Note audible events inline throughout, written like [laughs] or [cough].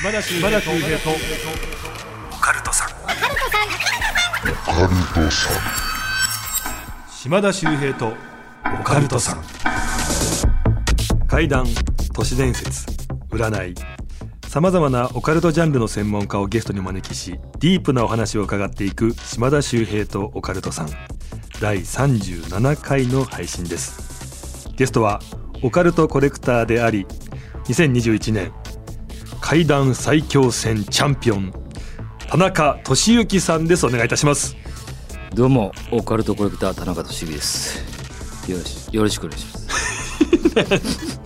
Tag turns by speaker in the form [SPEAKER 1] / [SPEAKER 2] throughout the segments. [SPEAKER 1] 島田秀平と
[SPEAKER 2] オカルトさん
[SPEAKER 1] 島田秀平とオカルトさん
[SPEAKER 3] 怪談都市伝説占いさまざまなオカルトジャンルの専門家をゲストにお招きしディープなお話を伺っていく島田秀平とオカルトさん第37回の配信ですゲストはオカルトコレクターであり2021年怪談最強戦チャンピオン田中俊之さんですお願いいたします
[SPEAKER 4] どうもオカルトコレクター田中俊樹ですよろしよろしくお願いします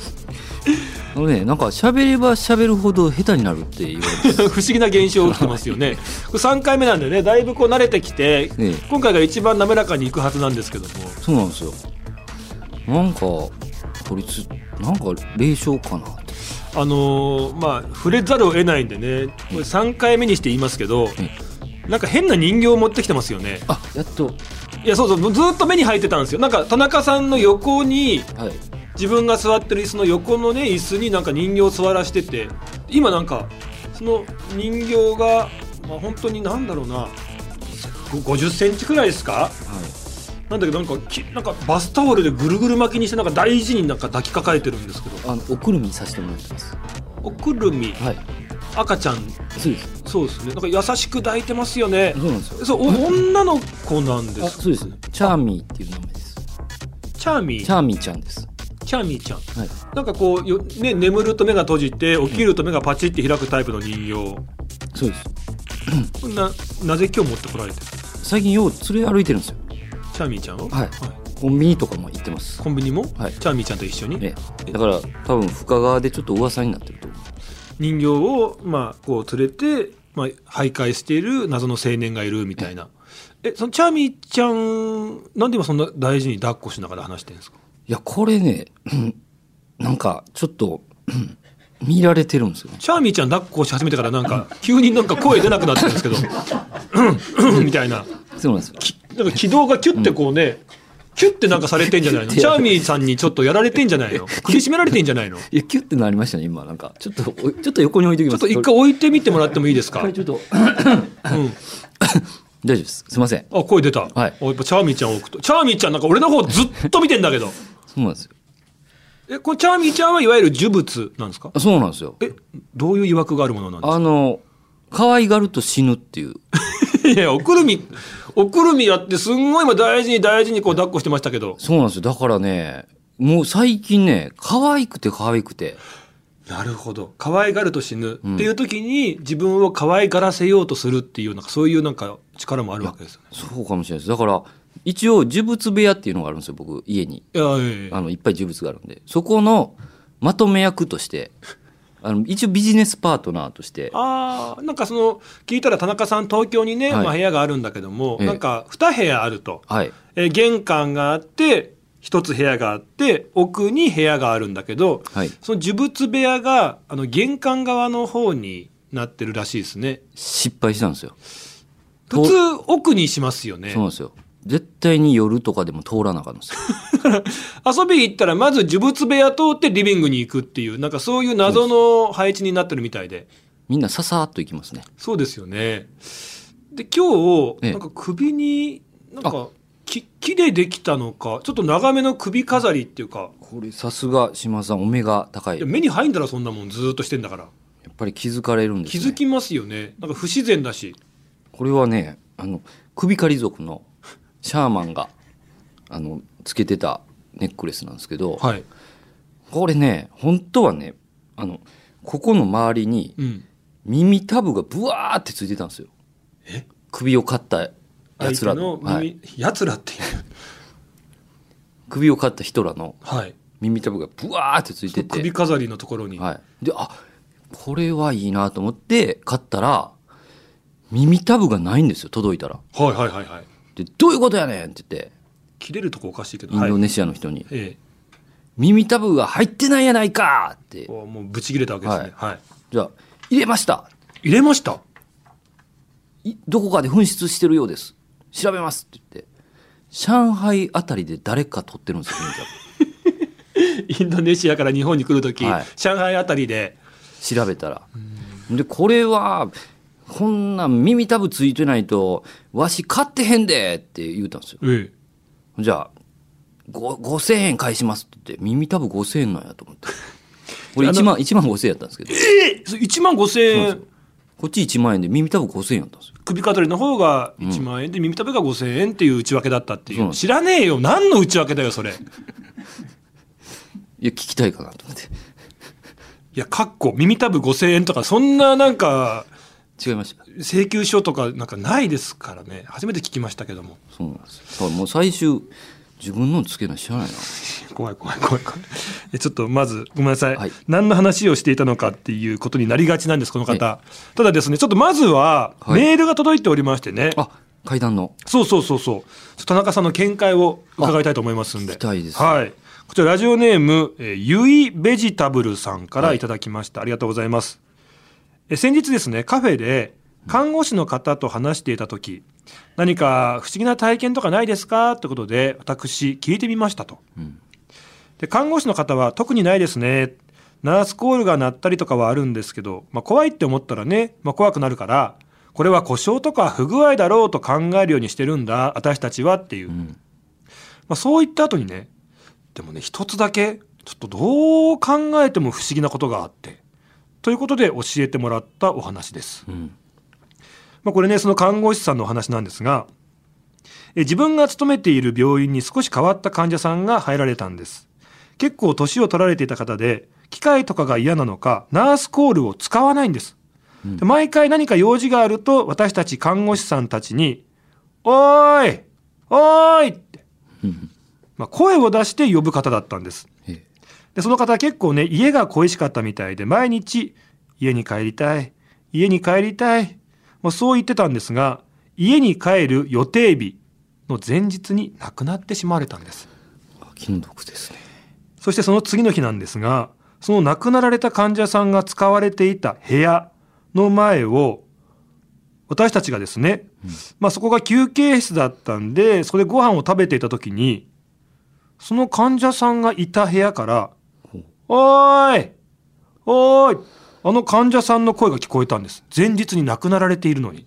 [SPEAKER 4] [laughs] あのねなんか喋れば喋るほど下手になるって言われ [laughs] ます
[SPEAKER 5] 不思議な現象起きてますよね。これ3回目なんでね、だいぶこう慣れてきて、
[SPEAKER 4] ええ
[SPEAKER 5] 今回が一番滑らかにいくはずなんですけども、
[SPEAKER 4] そうなんですよなんかこれつなんか霊障かなって
[SPEAKER 5] あのーまあ、触れざるを得ないんでね、これ3回目にして言いますけど、なんか変な人形を持ってきてますよね。
[SPEAKER 4] あやっと
[SPEAKER 5] いや、そうそう、ずっと目に入ってたんですよ。なんか田中さんの横に、
[SPEAKER 4] はい
[SPEAKER 5] 自分が座ってる椅子の横のね、椅子になんか人形を座らしてて、今なんか、その人形が、まあ、本当になんだろうな、50センチくらいですか
[SPEAKER 4] は
[SPEAKER 5] なんだけどなんかきなんかバスタオルでぐるぐる巻きにしてなんか大事になんか抱きかかえてるんですけど
[SPEAKER 4] いあのおくるみさせてもらってます
[SPEAKER 5] おくるみ
[SPEAKER 4] はい
[SPEAKER 5] 赤ちゃん
[SPEAKER 4] そうです
[SPEAKER 5] そうですねなんか優しく抱いてますよね
[SPEAKER 4] そうなんですよ
[SPEAKER 5] そうお女の子なんで
[SPEAKER 4] あ
[SPEAKER 5] す
[SPEAKER 4] そうですチャーミーっていう名前です
[SPEAKER 5] チャーミー
[SPEAKER 4] チャーミーちゃんです
[SPEAKER 5] チャーミーちゃん
[SPEAKER 4] はい
[SPEAKER 5] なんかこうよ、ね、眠ると目が閉じて起きると目がパチって開くタイプの人形
[SPEAKER 4] そうです
[SPEAKER 5] ななぜ今日持ってこられてる
[SPEAKER 4] 最近よう連れ歩いてるんですよ
[SPEAKER 5] チャーミーちゃんを、
[SPEAKER 4] はいコンビニとかも行ってます
[SPEAKER 5] コンビニも、
[SPEAKER 4] はい
[SPEAKER 5] チャーミーちゃんと一緒に
[SPEAKER 4] ね、だから多分深川でちょっと噂になってると思う
[SPEAKER 5] 人形を、まあ、こう連れて、まあ、徘徊している謎の青年がいるみたいな。え、そのチャーミーちゃん、なんで今そんな大事に抱っこしながら話してるんですか
[SPEAKER 4] いやこれね [clears throat] うんなんかちょっと [clears throat] うん見られてるんですよね
[SPEAKER 5] チャーミーちゃん抱っこし始めてからなんか、
[SPEAKER 4] [laughs]
[SPEAKER 5] 急になんか声出なくなってるんですけど、うんう
[SPEAKER 4] [laughs]
[SPEAKER 5] んみたいな。
[SPEAKER 4] そうなんですよ
[SPEAKER 5] なんか軌道がキュッてこうね、キュッてなんかされてんじゃないの
[SPEAKER 4] キュッ
[SPEAKER 5] チ
[SPEAKER 4] てや
[SPEAKER 5] ャ
[SPEAKER 4] る
[SPEAKER 5] ーミーさんにちょっとやられてんじゃないの苦しめられてんじゃないのち
[SPEAKER 4] いやキュッてなりましたね今なんかちょっとおちょっと横に置いておき
[SPEAKER 5] ょ
[SPEAKER 4] ま
[SPEAKER 5] っ
[SPEAKER 4] す
[SPEAKER 5] と一回置いてみてもらってもいいですか
[SPEAKER 4] これちょっと [coughs]
[SPEAKER 5] うん。
[SPEAKER 4] 大丈夫ですすいません
[SPEAKER 5] あ、声出た。
[SPEAKER 4] はい
[SPEAKER 5] おやっぱチャーミーちゃん置くと。チャーミーちゃんなんか俺の方ずっと見てんだけど。
[SPEAKER 4] そうなんですよ
[SPEAKER 5] え、このチャーミーちゃんはいわゆる呪物なんですか
[SPEAKER 4] あそうなんですよ
[SPEAKER 5] え、どういう曰くがあるものなんで
[SPEAKER 4] あの可愛がると死ぬっていう
[SPEAKER 5] すかいや、おくるみ、おくるみやってすんごい今大事に大事にこう抱っこしてましたけど。
[SPEAKER 4] そうなんですよだからねもう最近ね可愛くて可愛くて
[SPEAKER 5] なるほど。可愛がると死ぬっていう時に自分を可愛がらせようとするっていう、なんかそういうなんか力もあるわけですよね。
[SPEAKER 4] そうかもしれないですだから一応呪物部屋っていうのがあるんですよ僕家に
[SPEAKER 5] いやいやいや
[SPEAKER 4] あのいっぱい呪物があるんでそこのまとめ役としてあの一応ビジネスパートナーとして
[SPEAKER 5] あーなんかその聞いたら田中さん東京にね、
[SPEAKER 4] はい
[SPEAKER 5] まあ、部屋があるんだけども、
[SPEAKER 4] ええ
[SPEAKER 5] なんか2部屋あると、
[SPEAKER 4] はい
[SPEAKER 5] えー玄関があって一つ部屋があって奥に部屋があるんだけど、
[SPEAKER 4] はい
[SPEAKER 5] その呪物部屋があの玄関側の方になってるらしいですね
[SPEAKER 4] 失敗したんですよ、
[SPEAKER 5] 普通奥にしますよね
[SPEAKER 4] そうなんですよ絶対に夜とかでも通らなあかったんですよ
[SPEAKER 5] 遊び行ったらまず呪物部屋通ってリビングに行くっていうなんかそういう謎の配置になってるみたいで
[SPEAKER 4] みんなささーっと行きますね
[SPEAKER 5] そうですよねで今日
[SPEAKER 4] ええ
[SPEAKER 5] なんか首になん
[SPEAKER 4] あ
[SPEAKER 5] か木木でできたのかちょっと長めの首飾りっていうか
[SPEAKER 4] これさすが島さんお目が高い
[SPEAKER 5] いや
[SPEAKER 4] や
[SPEAKER 5] 目に入んだらそんなもんずーっとしてんだから
[SPEAKER 4] っぱり気づかれるんです、
[SPEAKER 5] 気
[SPEAKER 4] ね、
[SPEAKER 5] づきますよねなんか不自然だし
[SPEAKER 4] これはねあの首狩り族のシャーマンがあのつけてたネックレスなんですけど、
[SPEAKER 5] はい、
[SPEAKER 4] これね本当はねあのここの周りに
[SPEAKER 5] うん、
[SPEAKER 4] 耳タブがブワーってついてたんですよ
[SPEAKER 5] え
[SPEAKER 4] 首を刈ったやつら
[SPEAKER 5] 相手の
[SPEAKER 4] の、
[SPEAKER 5] 耳、
[SPEAKER 4] はい、
[SPEAKER 5] やつらっていう
[SPEAKER 4] 首を刈った人らの
[SPEAKER 5] はい
[SPEAKER 4] 耳タブがブワーってついてて
[SPEAKER 5] 首飾りのところに、
[SPEAKER 4] はい、であこれはいいなと思って刈ったら耳タブがないんですよ届いたら
[SPEAKER 5] はいはいはいはい
[SPEAKER 4] で「どういうことやねん!」って言って
[SPEAKER 5] 切れるとこおかしいけど
[SPEAKER 4] インド
[SPEAKER 5] はい
[SPEAKER 4] ネシアの人に
[SPEAKER 5] え
[SPEAKER 4] 「耳タブが入ってないやないか!」って
[SPEAKER 5] え、おもうブチ切れたわけですね、はい
[SPEAKER 4] 「じゃあ入れました
[SPEAKER 5] 入れました
[SPEAKER 4] いどこかで紛失してるようです調べます」って言って上海あたりで誰か取ってるんですよ耳タブ
[SPEAKER 5] インドネシアから日本に来るとき、
[SPEAKER 4] はい
[SPEAKER 5] 上海あたりで
[SPEAKER 4] 調べたら、でこれはこんなん耳たぶついてないとわし買ってへんでって言うたんですよ
[SPEAKER 6] え
[SPEAKER 4] じゃあご5000円返しますって言って耳たぶ5000円なんやと思って俺1万1万5000円やったんですけど
[SPEAKER 6] えそれ1万5千円
[SPEAKER 4] こっち1万円で耳たぶ5000円やったんですよ
[SPEAKER 6] 首かたりの方が1万円で、耳たぶが5千円っていう内訳だったってい
[SPEAKER 4] そ
[SPEAKER 6] う
[SPEAKER 4] うなんです
[SPEAKER 6] 知らねえよ何の内訳だよそれ
[SPEAKER 4] いや聞きたいかなと思って
[SPEAKER 6] いやかっこ耳たぶ5千円とかそんななんか
[SPEAKER 4] 違いました
[SPEAKER 6] 請求書とかなんかないですからね初めて聞きましたけども
[SPEAKER 4] そうなんですよだからもう最終自分のつけない知らないな
[SPEAKER 6] 怖い怖い怖い
[SPEAKER 5] [laughs] 怖い怖 [laughs] いえちょっとまずごめんなさい、
[SPEAKER 4] はい
[SPEAKER 5] 何の話をしていたのかっていうことになりがちなんですこの方ただですねちょっとまずは
[SPEAKER 4] はい
[SPEAKER 5] メールが届いておりましてね、
[SPEAKER 4] あ階段の
[SPEAKER 5] そうそうそうそうちょっと田中さんの見解を伺いたいと思いますんで
[SPEAKER 4] あ聞きたいです
[SPEAKER 5] はいこちらラジオネーム、えーゆいベジタブルさんからいただきました、ありがとうございますえ先日ですねカフェで看護師の方と話していた時何か不思議な体験とかないですかってことで私聞いてみましたと、
[SPEAKER 4] ん
[SPEAKER 5] で看護師の方は特にないですねナースコールが鳴ったりとかはあるんですけど、まあ、怖いって思ったらね、まあ、怖くなるからこれは故障とか不具合だろうと考えるようにしてるんだ私たちはっていう、
[SPEAKER 4] ん
[SPEAKER 5] まあ、そう言った後にねでもね一つだけちょっとどう考えても不思議なことがあってということで教えてもらったお話です。
[SPEAKER 4] うん
[SPEAKER 5] まあ、これねその看護師さんのお話なんですがえ自分が勤めている病院に少し変わった患者さんが入られたんです結構年を取られていた方で機械とかが嫌なのかナースコールを使わないんです、で毎回何か用事があると私たち看護師さんたちに「おーいおーい!」って、まあ、声を出して呼ぶ方だったんです
[SPEAKER 4] え
[SPEAKER 5] でその方は結構ね家が恋しかったみたいで毎日家に帰りたい家に帰りたい、まあ、そう言ってたんですが家に帰る予定日の前日に亡くなってしまわれたんです
[SPEAKER 4] あ金属ですね
[SPEAKER 5] そしてその次の日なんですがその亡くなられた患者さんが使われていた部屋の前を私たちがですね、まあ、そこが休憩室だったんでそこでご飯を食べていた時にその患者さんがいた部屋から「おーいおーい!」あの患者さんの声が聞こえたんです前日に亡くなられているのに。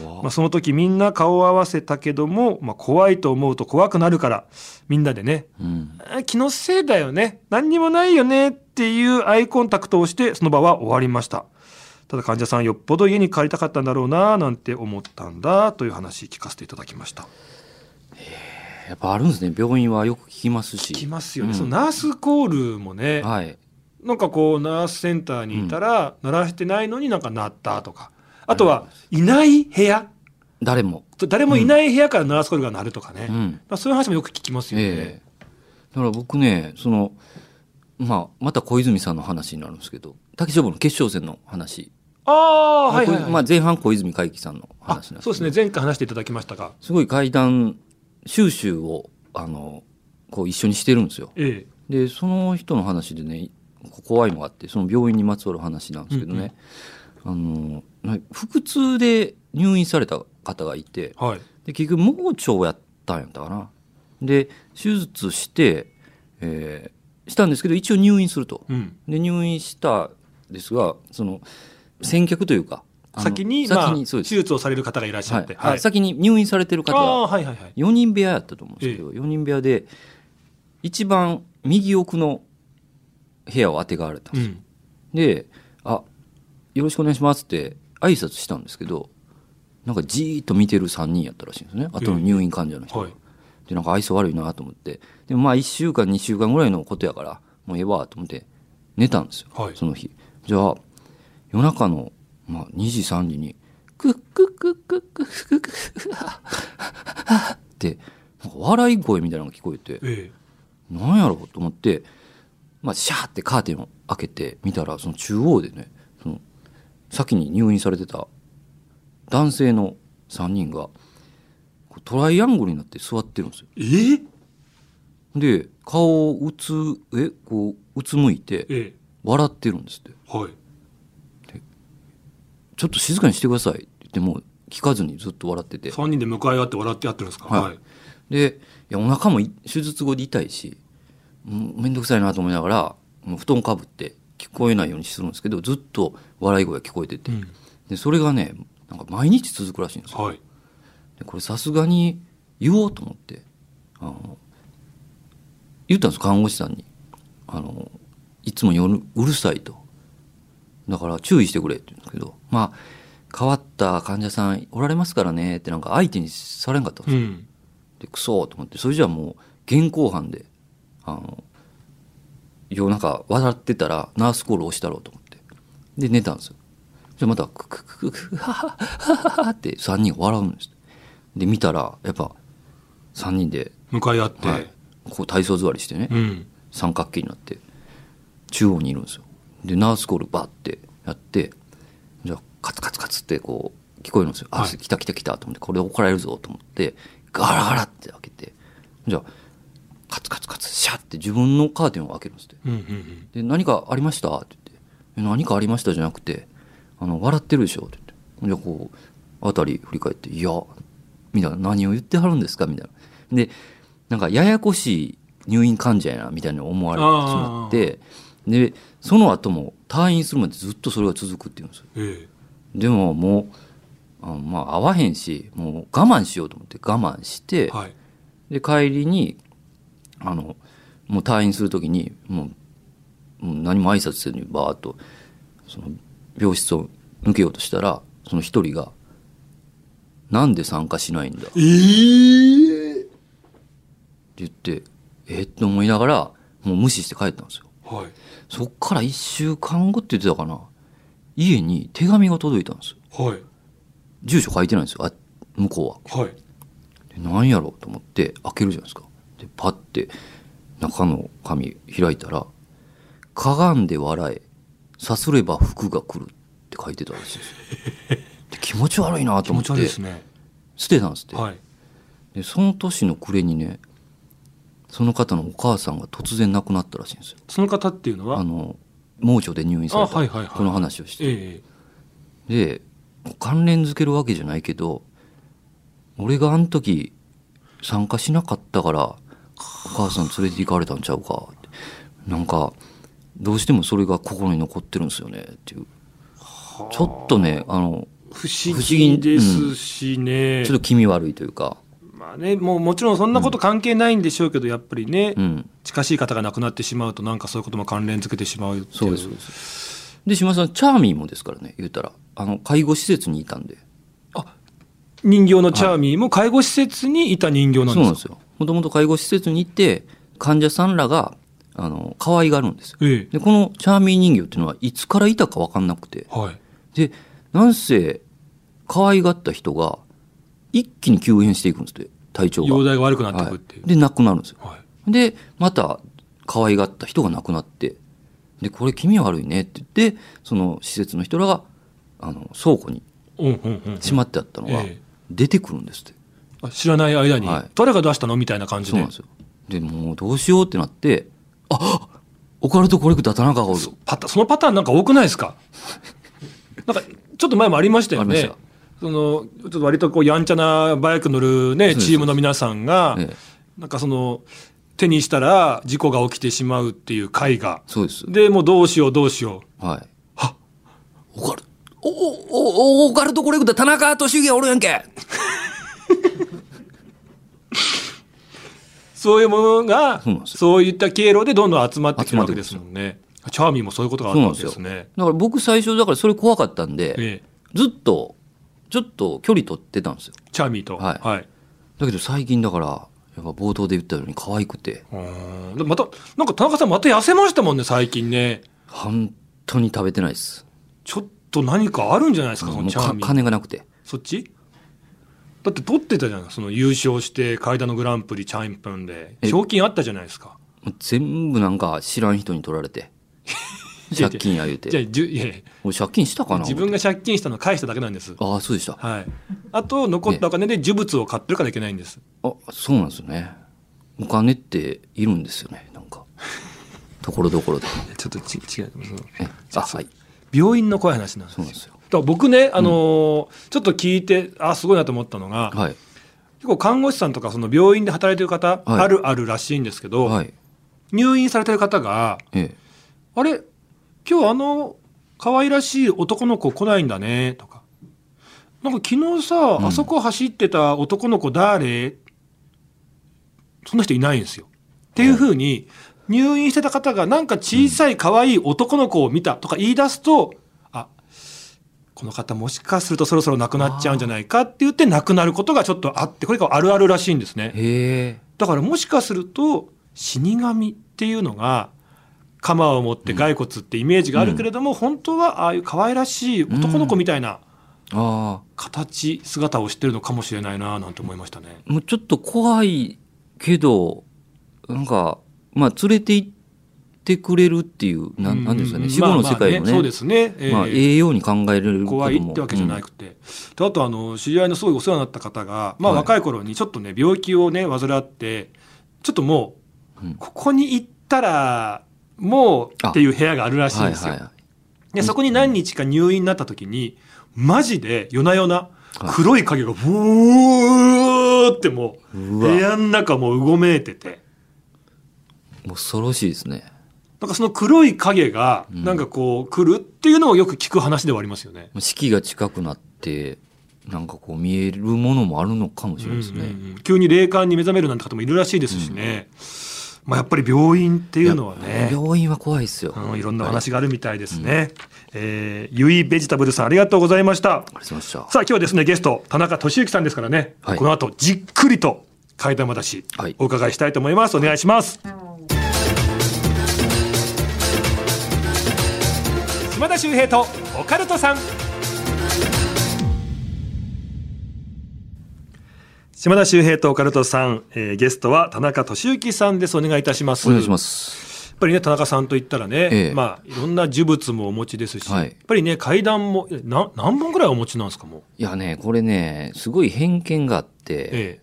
[SPEAKER 4] 怖
[SPEAKER 5] まあ、その時みんな顔を合わせたけども、まあ、怖いと思うと怖くなるからみんなでね
[SPEAKER 4] うん
[SPEAKER 5] あ気のせいだよね何にもないよねっていうアイコンタクトをしてその場は終わりましたただ患者さんよっぽど家に帰りたかったんだろうななんて思ったんだという話聞かせていただきました
[SPEAKER 4] やっぱあるんですね病院はよく聞きますし
[SPEAKER 5] 聞きますよね、
[SPEAKER 4] うん
[SPEAKER 5] そのナースコールもね
[SPEAKER 4] はい
[SPEAKER 5] なんかこうナースセンターにいたら鳴らしてないのになんか鳴ったとかあとはいない部屋
[SPEAKER 4] 誰も
[SPEAKER 5] 誰もいない部屋からナースコールが鳴るとかね、
[SPEAKER 4] う
[SPEAKER 5] ま
[SPEAKER 4] ん
[SPEAKER 5] あ、そういう話もよく聞きますよね、
[SPEAKER 4] ええだから僕ねその、まあ、また小泉さんの話になるんですけど滝勝負の決勝戦の話、
[SPEAKER 5] ああはいはい、はい
[SPEAKER 4] まあ、前半小泉海輝さんの
[SPEAKER 5] あ
[SPEAKER 4] 話なんですけど
[SPEAKER 5] そうですね前回話していただきましたが
[SPEAKER 4] すごい階段収集をあのこう一緒にしてるんですよ
[SPEAKER 5] え
[SPEAKER 4] でその人の話でねこ怖いのがあってその病院にまつわる話なんですけどね、あのな腹痛で入院された方がいて
[SPEAKER 5] えはい
[SPEAKER 4] で結局盲腸をやったんやったかなで手術して、えーしたんですけど一応入院すると
[SPEAKER 5] うん
[SPEAKER 4] で入院したんですがその先客というかあの
[SPEAKER 5] 先に
[SPEAKER 4] 先
[SPEAKER 5] ま
[SPEAKER 4] に
[SPEAKER 5] あ、
[SPEAKER 4] そう
[SPEAKER 5] 手
[SPEAKER 4] です
[SPEAKER 5] 術をされる方がいらっしゃ
[SPEAKER 4] は
[SPEAKER 5] って、
[SPEAKER 4] いあ先に入院されてる方
[SPEAKER 5] あ
[SPEAKER 4] が
[SPEAKER 5] あはいはいはい
[SPEAKER 4] 4人部屋やったと思うんですけど、4人部屋で一番右奥の部屋をあてがわれた
[SPEAKER 5] う
[SPEAKER 4] んですよ、
[SPEAKER 5] ん
[SPEAKER 4] で「あよろしくお願いします」って挨拶したんですけどなんかじーっと見てる3人やったらしいんですねあとの入院患者の人、
[SPEAKER 5] はい
[SPEAKER 4] でなんか愛想悪いなと思ってでもまあ1週間2週間ぐらいのことやからもうええわと思って寝たんですよ、
[SPEAKER 5] はい
[SPEAKER 4] その日じゃあ夜中の、まあ、2時3時にクックックックックックックックッハッハッってなんか笑い声みたいなのが聞こえて
[SPEAKER 5] え
[SPEAKER 4] なんやろうと思って、まあ、シャーってカーテンを開けて見たらその中央でねその先に入院されてた男性の3人がこうトライアングルになって座ってるんですよ。
[SPEAKER 5] えええ
[SPEAKER 4] で顔をうつえこううつむいて
[SPEAKER 5] え
[SPEAKER 4] 笑ってるんですって
[SPEAKER 5] はい
[SPEAKER 4] 「ちょっと静かにしてください」って言っても聞かずにずっと笑ってて
[SPEAKER 5] 三人で向かい合って笑ってやってるんですか
[SPEAKER 4] はい
[SPEAKER 5] はい、
[SPEAKER 4] でいやお腹もい手術後で痛いしうんめんどくさいなと思いながらもう布団かぶって聞こえないようにするんですけどずっと笑い声が聞こえてて、でそれがねなんか毎日続くらしいんですよ。
[SPEAKER 5] はい
[SPEAKER 4] でこれさすがに言おうと思ってあの言ったんです看護師さんにあのいつも夜うるさいとだから注意してくれって言うんですけどまあ変わった患者さんおられますからねってなんか相手にされんかったんです
[SPEAKER 5] う
[SPEAKER 4] よ、
[SPEAKER 5] ん
[SPEAKER 4] でクソーと思ってそれじゃあもう現行犯であの夜中笑ってたらナースコール押したろうと思ってで寝たんですよじゃあまたクククククハハハハハって3人笑うんですで見たらやっぱ3人で、
[SPEAKER 5] 向かい合って、
[SPEAKER 4] はいこう体操座りしてね、
[SPEAKER 5] うん
[SPEAKER 4] 三角形になって中央にいるんですよでナースコールバッてやってじゃあカツカツカツってこう聞こえるんですよ「あ、
[SPEAKER 5] はい
[SPEAKER 4] 来た来た来た」と思ってこれ怒られるぞと思ってガラガラって開けてじゃあカツカツカツシャッて自分のカーテンを開けるんですって
[SPEAKER 5] うんうんうん
[SPEAKER 4] で「何かありました?」って言ってえ「何かありました?」じゃなくて「あの笑ってるでしょ」って言ってじゃあこう辺り振り返って「いや」みたいな「何を言ってはるんですか?」みたいな。でなんかややこしい入院患者やなみたいに思われてしまってでその後も退院するまでずっとそれが続くっていうんですよ。
[SPEAKER 5] え
[SPEAKER 4] でももうあのまあ会わへんしもう我慢しようと思って我慢して
[SPEAKER 5] え、はい
[SPEAKER 4] で帰りにあのもう退院する時にもうもう何も挨拶せずにバーッとその病室を抜けようとしたらその一人が「なんで参加しないんだ?」って言ってえっと思いながらもう無視して帰ったんですよ。
[SPEAKER 5] はい
[SPEAKER 4] そっから1週間後って言ってたかな家に手紙が届いたんですよ
[SPEAKER 5] はい
[SPEAKER 4] 住所書いてないんですよあ向こうは。
[SPEAKER 5] はい
[SPEAKER 4] で何やろうと思って開けるじゃないですかでパッて中の紙開いたら「かがんで笑えさすれば服が来る」って書いてたらし
[SPEAKER 5] [laughs]
[SPEAKER 4] いんですよで気持ち悪いなと
[SPEAKER 5] 気持
[SPEAKER 4] 思っ
[SPEAKER 5] ち悪い
[SPEAKER 4] て
[SPEAKER 5] ですね
[SPEAKER 4] 捨てたんですって、
[SPEAKER 5] はい
[SPEAKER 4] でその年の暮れにねその方のお母さんが突然亡くなったらしいんですよ
[SPEAKER 5] その方っていうのは
[SPEAKER 4] あの盲腸で入院された、
[SPEAKER 5] あはいはいはい
[SPEAKER 4] この話をして
[SPEAKER 5] ええ
[SPEAKER 4] で関連づけるわけじゃないけど俺があの時参加しなかったからお母さん連れて行かれたんちゃうかってなんかどうしてもそれが心に残ってるんですよねっていうちょっとねあの
[SPEAKER 5] 不思
[SPEAKER 4] 不思議
[SPEAKER 5] 議ですしね、
[SPEAKER 4] ちょっと気味悪いというか、
[SPEAKER 5] まあねもうもちろんそんなこと関係ないんでしょうけど、やっぱりね、
[SPEAKER 4] うん、
[SPEAKER 5] 近しい方が亡くなってしまうとなんかそういうことも関連づけてしまうっていう
[SPEAKER 4] そうですそうですで島田さんチャーミーもですからね言うたらあの介護施設にいたんで
[SPEAKER 5] 人形のチャーミーも介護施設にいた人形なん
[SPEAKER 4] そう
[SPEAKER 5] で
[SPEAKER 4] な
[SPEAKER 5] す
[SPEAKER 4] んですよもともと介護施設に行って患者さんらがあの可愛がるんですよ
[SPEAKER 5] ええ
[SPEAKER 4] でこのチャーミー人形っていうのはいつからいたか分かんなくて
[SPEAKER 5] はい
[SPEAKER 4] でなんせ可愛がった人が一気に急変していくんですって体調が
[SPEAKER 5] 容体が悪くなってくっていう
[SPEAKER 4] はいで亡くなるんですよ
[SPEAKER 5] はい
[SPEAKER 4] でまた可愛がった人が亡くなってでこれ気味悪いねって言ってその施設の人らがあの倉庫に
[SPEAKER 5] うんうんうん
[SPEAKER 4] しまってあったのが
[SPEAKER 5] ええ
[SPEAKER 4] 出てくるんですって、
[SPEAKER 5] あ知らない間に、
[SPEAKER 4] はい
[SPEAKER 5] 誰が出したのみたいな感じ
[SPEAKER 4] そう
[SPEAKER 5] で
[SPEAKER 4] なんですよでもうどうしようってなってあオカルトコレクター田中がおる
[SPEAKER 5] パタそのパターンなんか多くないで
[SPEAKER 4] [laughs]
[SPEAKER 5] すかなんかちょっと前もありましたよ
[SPEAKER 4] あり
[SPEAKER 5] ね
[SPEAKER 4] まし
[SPEAKER 5] そのちょっと割とこうやんちゃなバイク乗る、ね、
[SPEAKER 4] そうです
[SPEAKER 5] チームの皆さんが、
[SPEAKER 4] ええ
[SPEAKER 5] なんかその手にしたら事故が起きてしまうっていう回が
[SPEAKER 4] そうです
[SPEAKER 5] でもうどうしようどうしよ
[SPEAKER 4] はい。オカル、お、お、お、オカルトコレクター、田中俊之おるやんけ。
[SPEAKER 5] うそういうものが
[SPEAKER 4] そうなんですよ
[SPEAKER 5] そういった経路でどんどん集まってき
[SPEAKER 4] 集
[SPEAKER 5] て
[SPEAKER 4] ま
[SPEAKER 5] るわ
[SPEAKER 4] っ
[SPEAKER 5] けで
[SPEAKER 4] てくるんです
[SPEAKER 5] す
[SPEAKER 4] よ
[SPEAKER 5] もんねチャーミーもそういうことがあ
[SPEAKER 4] そ
[SPEAKER 5] っ
[SPEAKER 4] う
[SPEAKER 5] たわ
[SPEAKER 4] なんで
[SPEAKER 5] け
[SPEAKER 4] す
[SPEAKER 5] で
[SPEAKER 4] よ。
[SPEAKER 5] すね
[SPEAKER 4] だから僕最初、だからそれ怖かったんで、
[SPEAKER 5] ええ
[SPEAKER 4] ずっと、ちょっと距離取ってたんですよ。
[SPEAKER 5] チャーミーと
[SPEAKER 4] はい
[SPEAKER 5] はい
[SPEAKER 4] だけど最近だから、やっぱ冒頭で言ったように可愛くて、
[SPEAKER 5] うんでまたなんか田中さんまた痩せましたもんね最近ね
[SPEAKER 4] 本当に食べてないです。
[SPEAKER 5] ちょっと何かあるんじゃないですかそ
[SPEAKER 4] も
[SPEAKER 5] の
[SPEAKER 4] う
[SPEAKER 5] チャー
[SPEAKER 4] か
[SPEAKER 5] ミー
[SPEAKER 4] 金がなくて。
[SPEAKER 5] そっちだって取ってたじゃないその優勝して階段のグランプリチャインプンで
[SPEAKER 4] え
[SPEAKER 5] 賞金あったじゃないですか
[SPEAKER 4] もう全部なんか知らん人に取ら
[SPEAKER 5] [laughs]
[SPEAKER 4] れて、借金や言う
[SPEAKER 5] じゃあ
[SPEAKER 4] て。
[SPEAKER 5] じゅいやいや
[SPEAKER 4] 俺借金したかな
[SPEAKER 5] 自分が借金したの返しただけなんです
[SPEAKER 4] ああ、そうでした。
[SPEAKER 5] はい、あと残ったお金で呪物を買ってるからいけないんです、
[SPEAKER 4] あそうなんですよねお金っているんですよねなん
[SPEAKER 5] [laughs]
[SPEAKER 4] かところどころで
[SPEAKER 5] ちょっとち違うその
[SPEAKER 4] ねあはい
[SPEAKER 5] 病院の怖い話なんです
[SPEAKER 4] そ
[SPEAKER 5] よ
[SPEAKER 4] うなんですよ
[SPEAKER 5] だから僕ね、あのーちょっと聞いてあすごいなと思ったのが、
[SPEAKER 4] はい
[SPEAKER 5] 結構看護師さんとかその病院で働いてる方、
[SPEAKER 4] はい
[SPEAKER 5] あるあるらしいんですけど、
[SPEAKER 4] はい
[SPEAKER 5] 入院されてる方が
[SPEAKER 4] ええ
[SPEAKER 5] あれ今日あの可愛らしい男の子来ないんだね」とか「なんか昨日さ、
[SPEAKER 4] うん
[SPEAKER 5] あそこ走ってた男の子誰?」そんな人いないんですよ。っていうふうに、入院してた方がなんか小さい可愛い男の子を見たとか言い出すと、あこの方もしかするとそろそろ亡くなっちゃうんじゃないかって言って亡くなることがちょっとあってこれがあるあるらしいんですね。
[SPEAKER 4] へえ
[SPEAKER 5] だからもしかすると死神っていうのが鎌を持って骸骨ってイメージがあるけれども、本当はああいう可愛らしい男の子みたいな
[SPEAKER 4] ああ
[SPEAKER 5] 形、姿をしてるのかもしれないななんて思いましたね。
[SPEAKER 4] もうちょっと怖いけどなんかまあ連れて行ってくれるっていうなんなんですかね
[SPEAKER 5] う
[SPEAKER 4] 死後の世界
[SPEAKER 5] まあまあ
[SPEAKER 4] をね,、まあ
[SPEAKER 5] そうですね。ええ
[SPEAKER 4] 栄養に考えられることも
[SPEAKER 5] 怖いってわけじゃなくて、であとあの知り合いのすごいお世話になった方が、まあ、
[SPEAKER 4] はい
[SPEAKER 5] 若い頃にちょっとね病気をね患ってちょっとも
[SPEAKER 4] うん
[SPEAKER 5] うここに行ったらもう
[SPEAKER 4] あ
[SPEAKER 5] っていう部屋があるら
[SPEAKER 4] ら
[SPEAKER 5] しいんですよ、
[SPEAKER 4] はいはい
[SPEAKER 5] でそこに何日か入院になった時にマジで夜な夜な
[SPEAKER 4] はい
[SPEAKER 5] 黒い影がブーってもう
[SPEAKER 4] う
[SPEAKER 5] 部
[SPEAKER 4] わ
[SPEAKER 5] 屋の中もううごめいてて。
[SPEAKER 4] もう恐ろしいですね
[SPEAKER 5] なんかその黒い影がなんかこう来るっていうのをよく聞く話ではありますよね。
[SPEAKER 4] もう四季が近くなってなんかこう見えるものもあるのかもしれないですね、
[SPEAKER 5] うんうんうん急に霊感に目覚めるなんて方もいるらしいですしね、まあ、やっぱり病院っていうのはね
[SPEAKER 4] 病院は怖いですよ、
[SPEAKER 5] あ
[SPEAKER 4] あ
[SPEAKER 5] の
[SPEAKER 4] り
[SPEAKER 5] い
[SPEAKER 4] が
[SPEAKER 5] ろんな話があるみたいですね、えーゆいベジタブルさんありがとうございました
[SPEAKER 4] とうございました
[SPEAKER 5] さあ今日はですねゲスト田中俊之さんですからね、
[SPEAKER 4] はい
[SPEAKER 5] この後じっくりと替え玉だし、
[SPEAKER 4] はい
[SPEAKER 5] お伺いしたいと思いますお願いします、島田秀平とオカルトさん
[SPEAKER 3] 島田秀平
[SPEAKER 5] とオカルトさん、えーゲストは田中俊之さんですお願いいたします
[SPEAKER 4] お願いします
[SPEAKER 5] やっぱりね田中さんといったらね、
[SPEAKER 4] ええ
[SPEAKER 5] まあいろんな呪物もお持ちですし、
[SPEAKER 4] はい
[SPEAKER 5] やっぱりね階段もえな何本ぐらいお持ちなんですかもう、
[SPEAKER 4] いやねこれねすごい偏見があって、
[SPEAKER 5] え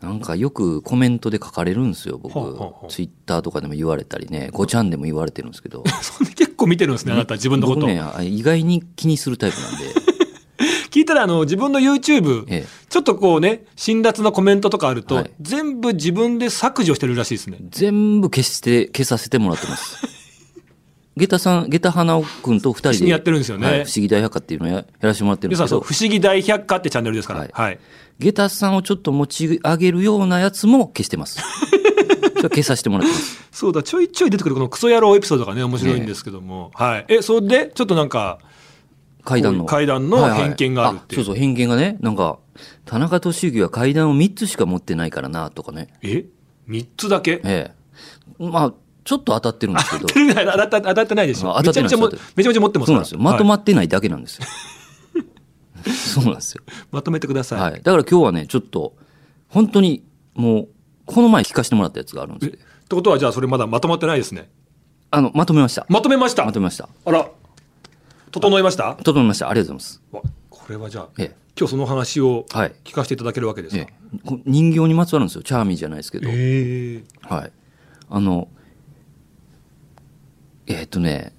[SPEAKER 4] なんかよくコメントで書かれるんですよ僕、
[SPEAKER 5] ほうほうほう
[SPEAKER 4] ツイッターとかでも言われたりねごちゃんでも言われてるんです
[SPEAKER 5] [laughs]
[SPEAKER 4] けど
[SPEAKER 5] え、そんな結構見てるんですねあなた自分のこ
[SPEAKER 4] 僕
[SPEAKER 5] と、
[SPEAKER 4] ねあ意外に気にするタイプなんで、
[SPEAKER 5] [laughs] 聞いたらあの自分の YouTube、
[SPEAKER 4] ええ、
[SPEAKER 5] ちょっとこうね辛辣なコメントとかあると、
[SPEAKER 4] はい
[SPEAKER 5] 全部自分で削除してるらしいですね
[SPEAKER 4] 全部消して消させてもらってます下駄さん下駄花尾君と二
[SPEAKER 5] 一緒
[SPEAKER 4] 人
[SPEAKER 5] に
[SPEAKER 4] で
[SPEAKER 5] やってるんですよね
[SPEAKER 4] はい不思議大百科っていうのをややらせてもらってるん
[SPEAKER 5] 皆さん
[SPEAKER 4] ですけ
[SPEAKER 5] そう
[SPEAKER 4] ど
[SPEAKER 5] 不思議大百科ってチャンネルですからは
[SPEAKER 4] はいい、
[SPEAKER 5] はい
[SPEAKER 4] 下駄さんをちょっと持ち上げるようなやつも消し
[SPEAKER 5] [laughs]
[SPEAKER 4] てます。それは消させてもらってます。
[SPEAKER 5] そうだちょいちょい出てくるこのクソ野郎エピソードがね面白いんですけども、はいえそれでちょっとなんか
[SPEAKER 4] 階段の。
[SPEAKER 5] こういう階段の
[SPEAKER 4] はいはい
[SPEAKER 5] 偏見があるっていう
[SPEAKER 4] そうそう、偏見がね、なんか、田中俊之は階段を3つしか持ってないからな、とかね。
[SPEAKER 5] え3つだけ
[SPEAKER 4] ええ。まあ、ちょっと当たってるんですけ
[SPEAKER 5] [laughs]
[SPEAKER 4] ど、
[SPEAKER 5] 当たってない当たって当たってないでしょ。
[SPEAKER 4] あ当たってない
[SPEAKER 5] めちゃめちゃも
[SPEAKER 4] 当たって
[SPEAKER 5] めちゃめちゃ持ってます
[SPEAKER 4] そ
[SPEAKER 5] か
[SPEAKER 4] うな
[SPEAKER 5] ら。
[SPEAKER 4] んですよ。まとま
[SPEAKER 5] はい
[SPEAKER 4] ってないだけな
[SPEAKER 5] [laughs]
[SPEAKER 4] んですよ。そうなんですよ。
[SPEAKER 5] まとめてください。
[SPEAKER 4] はい。だから今日はね、ちょっと、本当に、もう、この前聞かせてもらったやつがあるん
[SPEAKER 5] え
[SPEAKER 4] です
[SPEAKER 5] って
[SPEAKER 4] よ。
[SPEAKER 5] ことはじゃあそれまだまとまってないですね。
[SPEAKER 4] あの、まとめました。
[SPEAKER 5] まとめました。
[SPEAKER 4] まとめました。
[SPEAKER 5] あら、整いました。
[SPEAKER 4] 整めました。ありがとうござい
[SPEAKER 5] わこれはじゃあ、
[SPEAKER 4] ええ
[SPEAKER 5] 今日その話を
[SPEAKER 4] ます。はい。
[SPEAKER 5] 聞かせていただけるわけですか
[SPEAKER 4] え。え、こ人形にまつわるんですよチャーミーじゃないですけど、
[SPEAKER 5] ええ
[SPEAKER 4] はいあのえーっとね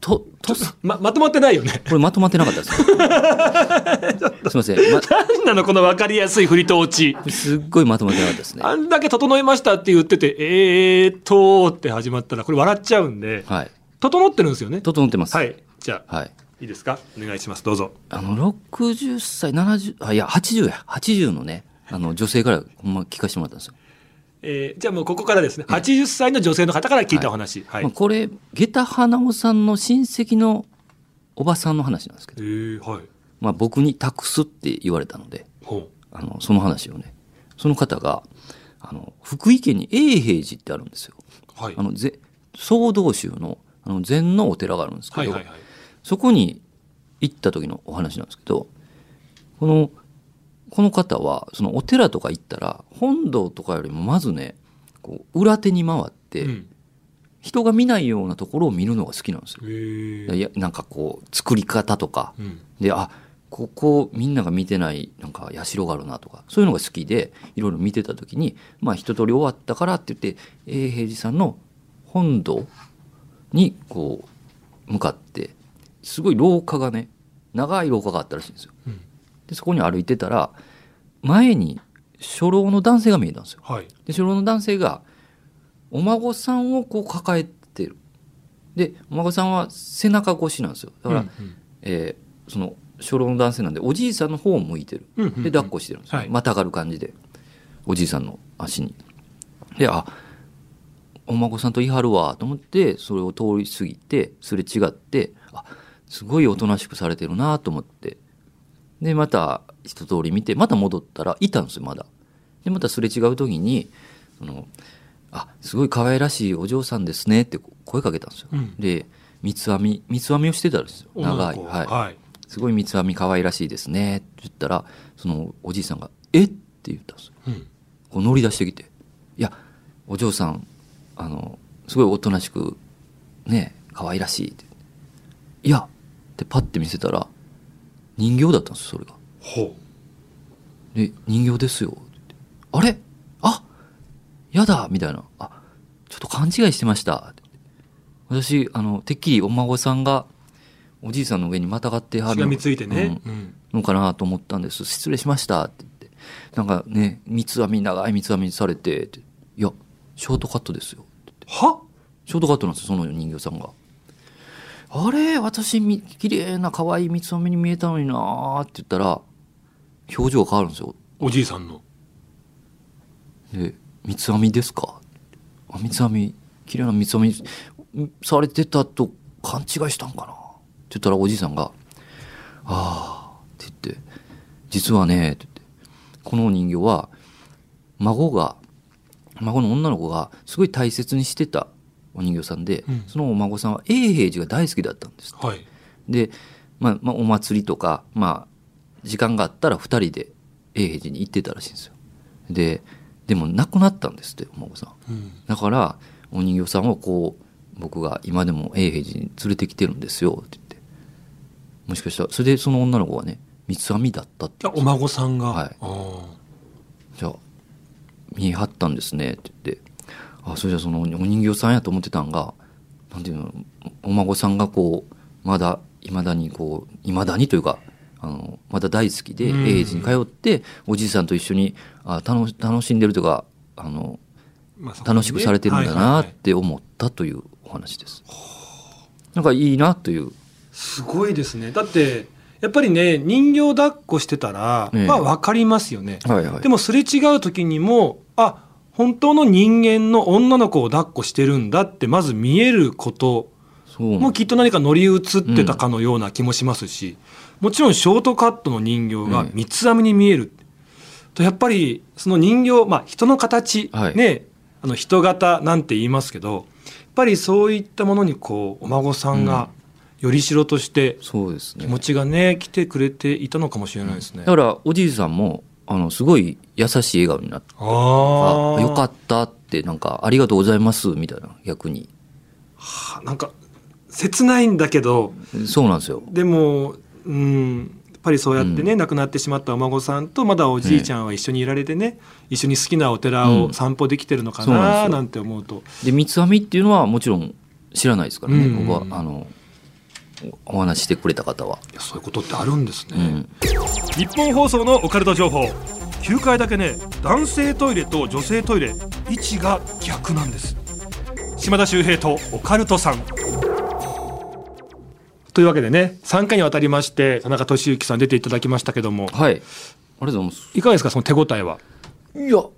[SPEAKER 4] ととす
[SPEAKER 5] ままとまってないよね。
[SPEAKER 4] これまとまってなかったですね
[SPEAKER 5] [laughs]
[SPEAKER 4] すいません、ま
[SPEAKER 5] 何なのこの分かりやすい振りと落ち。
[SPEAKER 4] すっごいまとまってなかったです
[SPEAKER 5] [laughs]
[SPEAKER 4] ね
[SPEAKER 5] あんだけ整いましたって言ってて、えーっとーって始まったら、これ笑っちゃうんで、
[SPEAKER 4] はい
[SPEAKER 5] 整ってるんですよね。
[SPEAKER 4] 整ってます
[SPEAKER 5] はい。じゃあ、
[SPEAKER 4] はい、
[SPEAKER 5] いいですかお願いします。どうぞ。
[SPEAKER 4] あの60歳70あいや80や80のねあの女性からほんま聞かせてもらったんですよ、
[SPEAKER 5] えーじゃあもうここからですね、80歳の女性の方から聞いたお話。はい。
[SPEAKER 4] まあ、これ下駄花尾さんの親戚のおばさんの話なんですけ
[SPEAKER 5] え
[SPEAKER 4] ど、
[SPEAKER 5] ー、はい。
[SPEAKER 4] まあ、僕に託すって言われたので
[SPEAKER 5] ほ
[SPEAKER 4] あの、その話をね、その方が、あの、福井県に永平寺ってあるんですよ。
[SPEAKER 5] う。はい。
[SPEAKER 4] あの、ぜ、総道宗の、あの、禅のお寺があるんですけど、
[SPEAKER 5] はいはいはい。
[SPEAKER 4] そこに行った時のお話なんですけど、この、この方は、そのお寺とか行ったら、本堂とかよりもまずね、こう、裏手に回って、
[SPEAKER 5] うん。
[SPEAKER 4] 人が見ないようなところを見るのが好きなんですよ。
[SPEAKER 5] へー
[SPEAKER 4] いやなんかこう、作り方とか、
[SPEAKER 5] うん。
[SPEAKER 4] であここみんなが見てないなんか社があるなとかそういうのが好きでいろいろ見てた時にまあ一通り終わったからって言って永平寺さんの本堂にこう向かってすごい廊下がね長い廊下があったらしいんですよ。
[SPEAKER 5] うん
[SPEAKER 4] でそこに歩いてたら前に初老の男性が見えたんですよ。
[SPEAKER 5] はい。
[SPEAKER 4] で初老の男性がお孫さんをこう抱えてるでお孫さんは背中越しなんですよだから、えーその初老の男性なんでおじいさんの方を向いてる
[SPEAKER 5] うんうんうん
[SPEAKER 4] で抱っこしてるんですよ、
[SPEAKER 5] はい
[SPEAKER 4] またがる感じでおじいさんの足にであお孫さんと言い張るわと思ってそれを通り過ぎてすれ違ってあすごいおとなしくされてるなと思ってでまた一通り見てまた戻ったらいたんですよまだでまたすれ違う時にそのあすごい可愛らしいお嬢さんですねって声かけたんですよ、
[SPEAKER 5] ん
[SPEAKER 4] で三つ編み三つ編みをしてたんですよ長い、はい
[SPEAKER 5] はい
[SPEAKER 4] すごい三つ編み可愛らしいですね」って言ったらそのおじいさんが「えっ?」て言ったんですよ
[SPEAKER 5] うん
[SPEAKER 4] こう乗り出してきて「いやお嬢さんあのすごいおとなしくね可愛らしい」って「いや」ってパッて見せたら人形だったんですそれが。
[SPEAKER 5] ほ
[SPEAKER 4] で「人形ですよ」って言って「あれあやだ」みたいな「あちょっと勘違いしてました」って言って私あのてっきりお孫さんがおじいさんの上にまたがっては
[SPEAKER 5] うし
[SPEAKER 4] る
[SPEAKER 5] がみついてね、
[SPEAKER 4] うん
[SPEAKER 5] うん
[SPEAKER 4] のかなと思ったんです失礼しました」って言ってなんかね三つ編み長い三つ編みされてって「いやショートカットですよ」
[SPEAKER 5] は
[SPEAKER 4] ショートカットなんですよその人形さんが。あれ私み綺麗な可愛い三つ編みに見えたのになーって言ったら表情が変わるんですよ
[SPEAKER 5] おじいさんの
[SPEAKER 4] で「三つ編みですか?」あ「三つ編み綺麗な三つ編みんされてたと勘違いしたんかな」って言ったらおじいさんが「ああ」って言って「実はね」って言ってこの人形は孫が孫の女の子がすごい大切にしてたお人形さんで、
[SPEAKER 5] うん
[SPEAKER 4] そのお孫さんは永平寺が大好きだったんです
[SPEAKER 5] はい
[SPEAKER 4] で、まあまあ、お祭りとか、まあ、時間があったら2人で永平寺に行ってたらしいんですよででも亡くなったんですってお孫さん
[SPEAKER 5] うん
[SPEAKER 4] だからお人形さんをこう僕が今でも永平寺に連れてきてるんですよって言ってもしかしたらそれでその女の子はね三つ編みだったって
[SPEAKER 5] あお孫さんが、
[SPEAKER 4] はい
[SPEAKER 5] あー
[SPEAKER 4] じゃあ見え張ったんですねって言ってあそれじゃそのお人形さんやと思ってたんがなんていうのお孫さんがこうまだいまだにこういまだにというかあのまだ大好きで
[SPEAKER 5] うん
[SPEAKER 4] 英治に通っておじいさんと一緒にあ楽し楽しんでるというかあの
[SPEAKER 5] まあそこね
[SPEAKER 4] 楽しくされてるん
[SPEAKER 5] は
[SPEAKER 4] だ
[SPEAKER 5] いはい
[SPEAKER 4] な
[SPEAKER 5] は
[SPEAKER 4] っ
[SPEAKER 5] い
[SPEAKER 4] て思ったというお話です。なんかいいなという、
[SPEAKER 5] すごいですねだってやっぱりね人形抱っこしてたら、
[SPEAKER 4] ええ
[SPEAKER 5] まあ分かりますよね、
[SPEAKER 4] はいはい
[SPEAKER 5] でもすれ違う時にもあ本当の人間の女の子を抱っこしてるんだってまず見えること
[SPEAKER 4] そうなん
[SPEAKER 5] もきっと何か乗り移ってたかのような気もしますし、もちろんショートカットの人形が
[SPEAKER 4] うん
[SPEAKER 5] 三つ編みに見える、とやっぱりその人形、まあ、人の形、
[SPEAKER 4] はい
[SPEAKER 5] ねあの人型なんて言いますけどやっぱりそういったものにこうお孫さんがよりしろとして
[SPEAKER 4] そうですね
[SPEAKER 5] 気持ちがね来てくれていたのかもしれないですね。
[SPEAKER 4] だからおじいさんもあのすごい優しい笑顔になって
[SPEAKER 5] あ
[SPEAKER 4] あ
[SPEAKER 5] ー
[SPEAKER 4] よかったってなんかありがとうございますみたいな逆に
[SPEAKER 5] はなんか切ないんだけど
[SPEAKER 4] そうなんですよ
[SPEAKER 5] でも、うん、やっぱりそうやってね、
[SPEAKER 4] う
[SPEAKER 5] 亡くなってしまったお孫さんとまだおじいちゃんは一緒にいられてね、一緒に好きなお寺
[SPEAKER 4] う
[SPEAKER 5] を
[SPEAKER 4] ん
[SPEAKER 5] 散歩できてるのか
[SPEAKER 4] そうなんです
[SPEAKER 5] な
[SPEAKER 4] よ
[SPEAKER 5] なんて思うと、
[SPEAKER 4] で三つ編みっていうのはもちろん知らないですからね、
[SPEAKER 5] うん
[SPEAKER 4] 僕はあのおお話ししてくれた方は、
[SPEAKER 5] いやそういうことってあるんですね。
[SPEAKER 4] うん、
[SPEAKER 1] 日本放送のオカルト情報9階だけね男性トイレと女性トイレ位置が逆なんです島田秀平とオカルトさん
[SPEAKER 5] というわけでね3回にわたりまして田中俊之さん出ていただきましたけども
[SPEAKER 4] はいありがとうございます
[SPEAKER 5] いかがですかその手応えは。
[SPEAKER 4] いやこ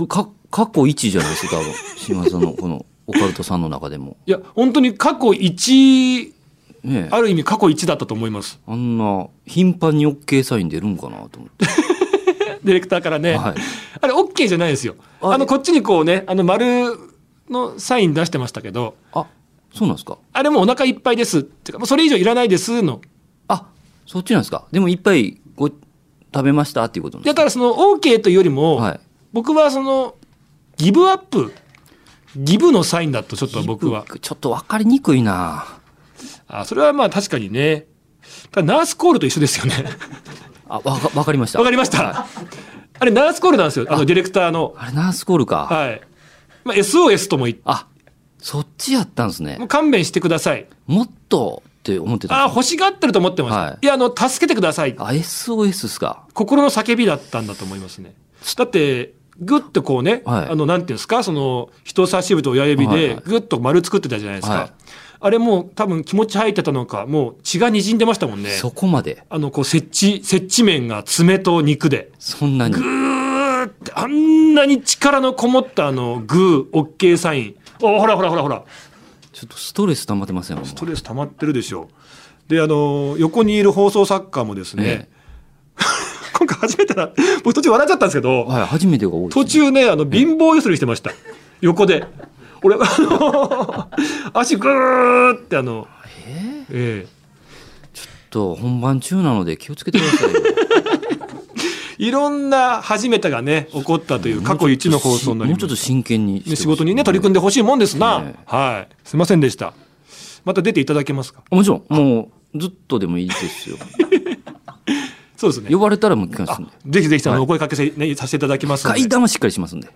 [SPEAKER 4] れか過去一じゃないですか多分島田さんのこのオカルトさんの中でも
[SPEAKER 5] いや本当に過去1
[SPEAKER 4] ねえ
[SPEAKER 5] ある意味過去1だったと思います。
[SPEAKER 4] あんな頻繁に OK サイン出るんかなと思って、
[SPEAKER 5] ディレクターからね、
[SPEAKER 4] はい
[SPEAKER 5] あれ OK じゃないですよ。
[SPEAKER 4] あれ
[SPEAKER 5] あのこっちにこうねあの丸のサイン出してましたけど
[SPEAKER 4] あそうなんですか
[SPEAKER 5] あれもうお腹いっぱいですってかもうそれ以上いらないですの
[SPEAKER 4] あそっちなんですかでもいっぱいご食べましたっていうことなんで
[SPEAKER 5] だ
[SPEAKER 4] す
[SPEAKER 5] か
[SPEAKER 4] から
[SPEAKER 5] その OK というよりも、
[SPEAKER 4] はい
[SPEAKER 5] 僕はそのギブアップギブのサインだとちょっと僕は
[SPEAKER 4] ちょっと分かりにくいな
[SPEAKER 5] あそれはまあ確かにねただナースコールと一緒ですよね
[SPEAKER 4] あわかわかりました
[SPEAKER 5] わかりましたあれナースコールなんですよあのディレクターの
[SPEAKER 4] あれナースコールか、
[SPEAKER 5] はい、まあ、SOS とも言って
[SPEAKER 4] あそっちやったんです
[SPEAKER 5] もう
[SPEAKER 4] ね
[SPEAKER 5] 勘弁してください
[SPEAKER 4] もっとって思ってた
[SPEAKER 5] あ
[SPEAKER 4] んです
[SPEAKER 5] 欲しがってると思ってました、
[SPEAKER 4] はい
[SPEAKER 5] い、やあの助けてください
[SPEAKER 4] あ SOS っすか
[SPEAKER 5] 心の叫びだったんだと思いますねだってぐっとこうね、
[SPEAKER 4] はい
[SPEAKER 5] あのなんていうんですかその人差し指と親指
[SPEAKER 4] はいは
[SPEAKER 5] で
[SPEAKER 4] い
[SPEAKER 5] ぐっと丸作ってたじゃないですか、
[SPEAKER 4] はい
[SPEAKER 5] あれもう多分気持ち入ってたのかもう血が滲んでましたもんね
[SPEAKER 4] そこまで
[SPEAKER 5] あのこう接地接地面が爪と肉で
[SPEAKER 4] そんなに
[SPEAKER 5] ってあんなに力のこもったあのグーオッケーサインおほらほらほらほら
[SPEAKER 4] ちょっとストレス溜まってますよ
[SPEAKER 5] ストレス溜まってるでしょであの横にいる放送作家もですね、
[SPEAKER 4] え
[SPEAKER 5] 今回初めてな僕途中笑っちゃったんですけど、
[SPEAKER 4] はい初めてが多いですね
[SPEAKER 5] 途中ねあの貧乏ゆすりしてました、横で俺あの足グーってあのええ
[SPEAKER 4] と本番中なので気をつけてくだ
[SPEAKER 5] [laughs]
[SPEAKER 4] さいよ
[SPEAKER 5] いろんな初めてがね起こったという過去一の放送になり
[SPEAKER 4] も
[SPEAKER 5] ま
[SPEAKER 4] うちょっ
[SPEAKER 5] し
[SPEAKER 4] と真剣にして
[SPEAKER 5] た
[SPEAKER 4] ほしい
[SPEAKER 5] 仕事にね取り組んでほしいもんですな、
[SPEAKER 4] ね
[SPEAKER 5] はいすいませんでしたまた出ていただけますか
[SPEAKER 4] もちろんもうずっとでもいいですよ
[SPEAKER 5] そうですね
[SPEAKER 4] 呼ばれたらもう聞きますんで
[SPEAKER 5] ぜひぜ [laughs] ひあのお声かけせ、ね、させていただきますので
[SPEAKER 4] 階段はしっかりしますんで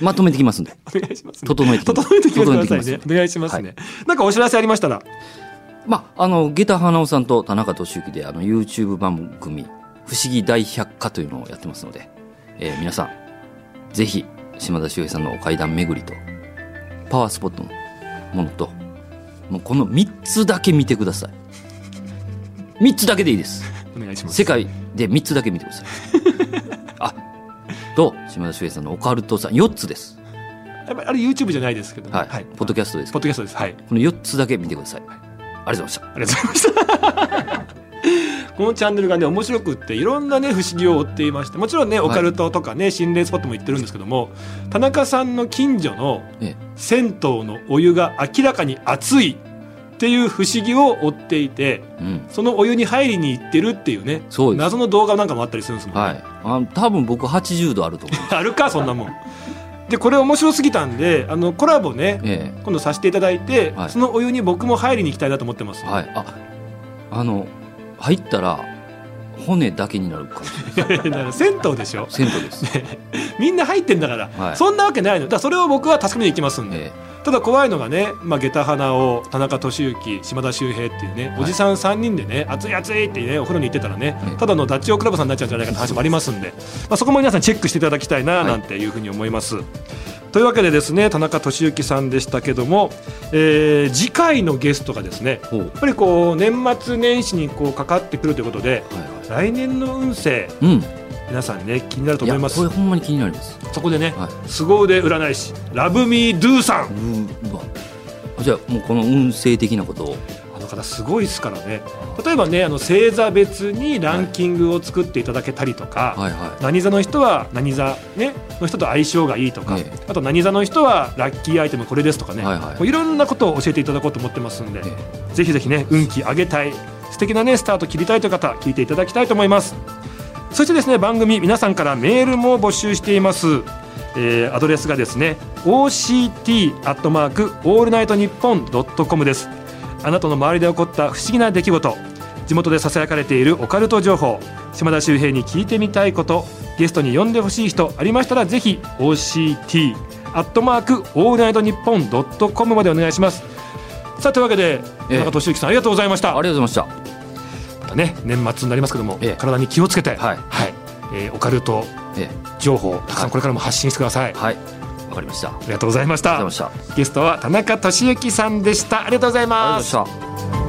[SPEAKER 4] まとめてきますんで
[SPEAKER 5] お願いします、ね、
[SPEAKER 4] 整えてきます
[SPEAKER 5] 整えてきてください
[SPEAKER 4] 整えて
[SPEAKER 5] ね
[SPEAKER 4] きます
[SPEAKER 5] お願いしますね、なんかお知らせありましたら
[SPEAKER 4] まああの下駄花尾さんと田中俊之であの YouTube 番組「不思議大百科」というのをやってますので、えー皆さんぜひ島田秀平さんの階段巡りとパワースポットのものともうこの3つだけ見てください3つだけでいいです
[SPEAKER 5] お願いします
[SPEAKER 4] 世界で3つだけ見てく [laughs] ださいあと島田秀平さんのオカルトさん4つです
[SPEAKER 5] やっぱりあれ YouTube じゃないですけど、ね
[SPEAKER 4] はい、
[SPEAKER 5] はい、
[SPEAKER 4] ポッドキャストです
[SPEAKER 5] ポッドキャストですはい
[SPEAKER 4] この4つだけ見てくださいありがとうございました
[SPEAKER 5] ありがとうございました。 [laughs] このチャンネルがね面白くっていろんなね不思議を追っていましてもちろんね
[SPEAKER 4] はい
[SPEAKER 5] オカルトとかね心霊スポットも行ってるんですけども田中さんの近所の
[SPEAKER 4] え
[SPEAKER 5] 銭湯のお湯が明らかに熱いっていう不思議を追っていて
[SPEAKER 4] えうん
[SPEAKER 5] そのお湯に入りに行ってるっていうね
[SPEAKER 4] そうです
[SPEAKER 5] 謎の動画なんかもあったりするんですもんね、
[SPEAKER 4] はい。あ多分僕80度あると思う。
[SPEAKER 5] [laughs] あるかそんなもん。でこれ面白すぎたんであのコラボね
[SPEAKER 4] え
[SPEAKER 5] 今度させていただいて、
[SPEAKER 4] はい
[SPEAKER 5] そのお湯に僕も入りに行きたいなと思ってます、
[SPEAKER 4] えはい。あ、あの、入ったら、骨だけになるかもしれな
[SPEAKER 5] [laughs]
[SPEAKER 4] い。
[SPEAKER 5] だから銭湯でしょ
[SPEAKER 4] 銭湯です。
[SPEAKER 5] みんな入ってんだから、
[SPEAKER 4] はい
[SPEAKER 5] そんなわけないのだからそれを僕は確かめに行きますんで、
[SPEAKER 4] え
[SPEAKER 5] ただ怖いのがね、まあ、下駄花を田中俊之島田秀平っていうね、
[SPEAKER 4] い
[SPEAKER 5] おじさん3人でね熱い熱いってねお風呂に行ってたらね、
[SPEAKER 4] ええ
[SPEAKER 5] ただのダチョウ倶楽部さんになっちゃうんじゃないかって話もありますんで、まあ、そこも皆さんチェックしていただきたいななんていうふうに思います。というわけでですね田中俊之さんでしたけども、えー次回のゲストがですね
[SPEAKER 4] えほう
[SPEAKER 5] や。っぱりこう年末年始にこうかかってくるということで
[SPEAKER 4] はいはい。
[SPEAKER 5] 来年の運勢
[SPEAKER 4] うん。
[SPEAKER 5] 皆さんね気になると思います
[SPEAKER 4] やこれほんまに気になります。
[SPEAKER 5] そこでね、
[SPEAKER 4] はい。
[SPEAKER 5] 凄腕占い師ラブミードゥさん
[SPEAKER 4] うんうわ。じゃあもうこの運勢的なことを。
[SPEAKER 5] あの方すごいですからね例えばねあの星座別にランキングを作っていただけたりとか、
[SPEAKER 4] はいは
[SPEAKER 5] 何座の人は何座、ね、の人と相性がいいとか、
[SPEAKER 4] ええ
[SPEAKER 5] あと何座の人はラッキーアイテムこれですとかね、
[SPEAKER 4] はいはい
[SPEAKER 5] こういろんなことを教えていただこうと思ってますんで、
[SPEAKER 4] い。え
[SPEAKER 5] ぜひぜひね運気上げたい素敵なねスタート切りたいという方聞いていただきたいと思いますそしてですね番組皆さんからメールも募集しています、えーアドレスがですね OCT アットマークオールナイトニッポンドットコムですあなたの周りで起こった不思議な出来事地元でささやかれているオカルト情報島田周平に聞いてみたいことゲストに呼んでほしい人ありましたらぜひ OCT アットマークオールナイトニッポンドットコムまでお願いしますさあというわけで
[SPEAKER 4] ええ
[SPEAKER 5] 田中俊之さんありがとうございました
[SPEAKER 4] えありがとうございまし
[SPEAKER 5] またね年末になりますけども、
[SPEAKER 4] ええ
[SPEAKER 5] 体に気をつけてはい
[SPEAKER 4] た。、はい。
[SPEAKER 5] えーオカルト
[SPEAKER 4] え
[SPEAKER 5] 情報たくさんこれからも発信してください、
[SPEAKER 4] えはい。わかりました。あり
[SPEAKER 5] ありがとうございまし
[SPEAKER 4] がとう
[SPEAKER 5] た
[SPEAKER 4] ございました。ありがとう
[SPEAKER 5] ゲストは田中俊之さんでしたありがとうござい
[SPEAKER 4] ございま
[SPEAKER 5] ます
[SPEAKER 4] した。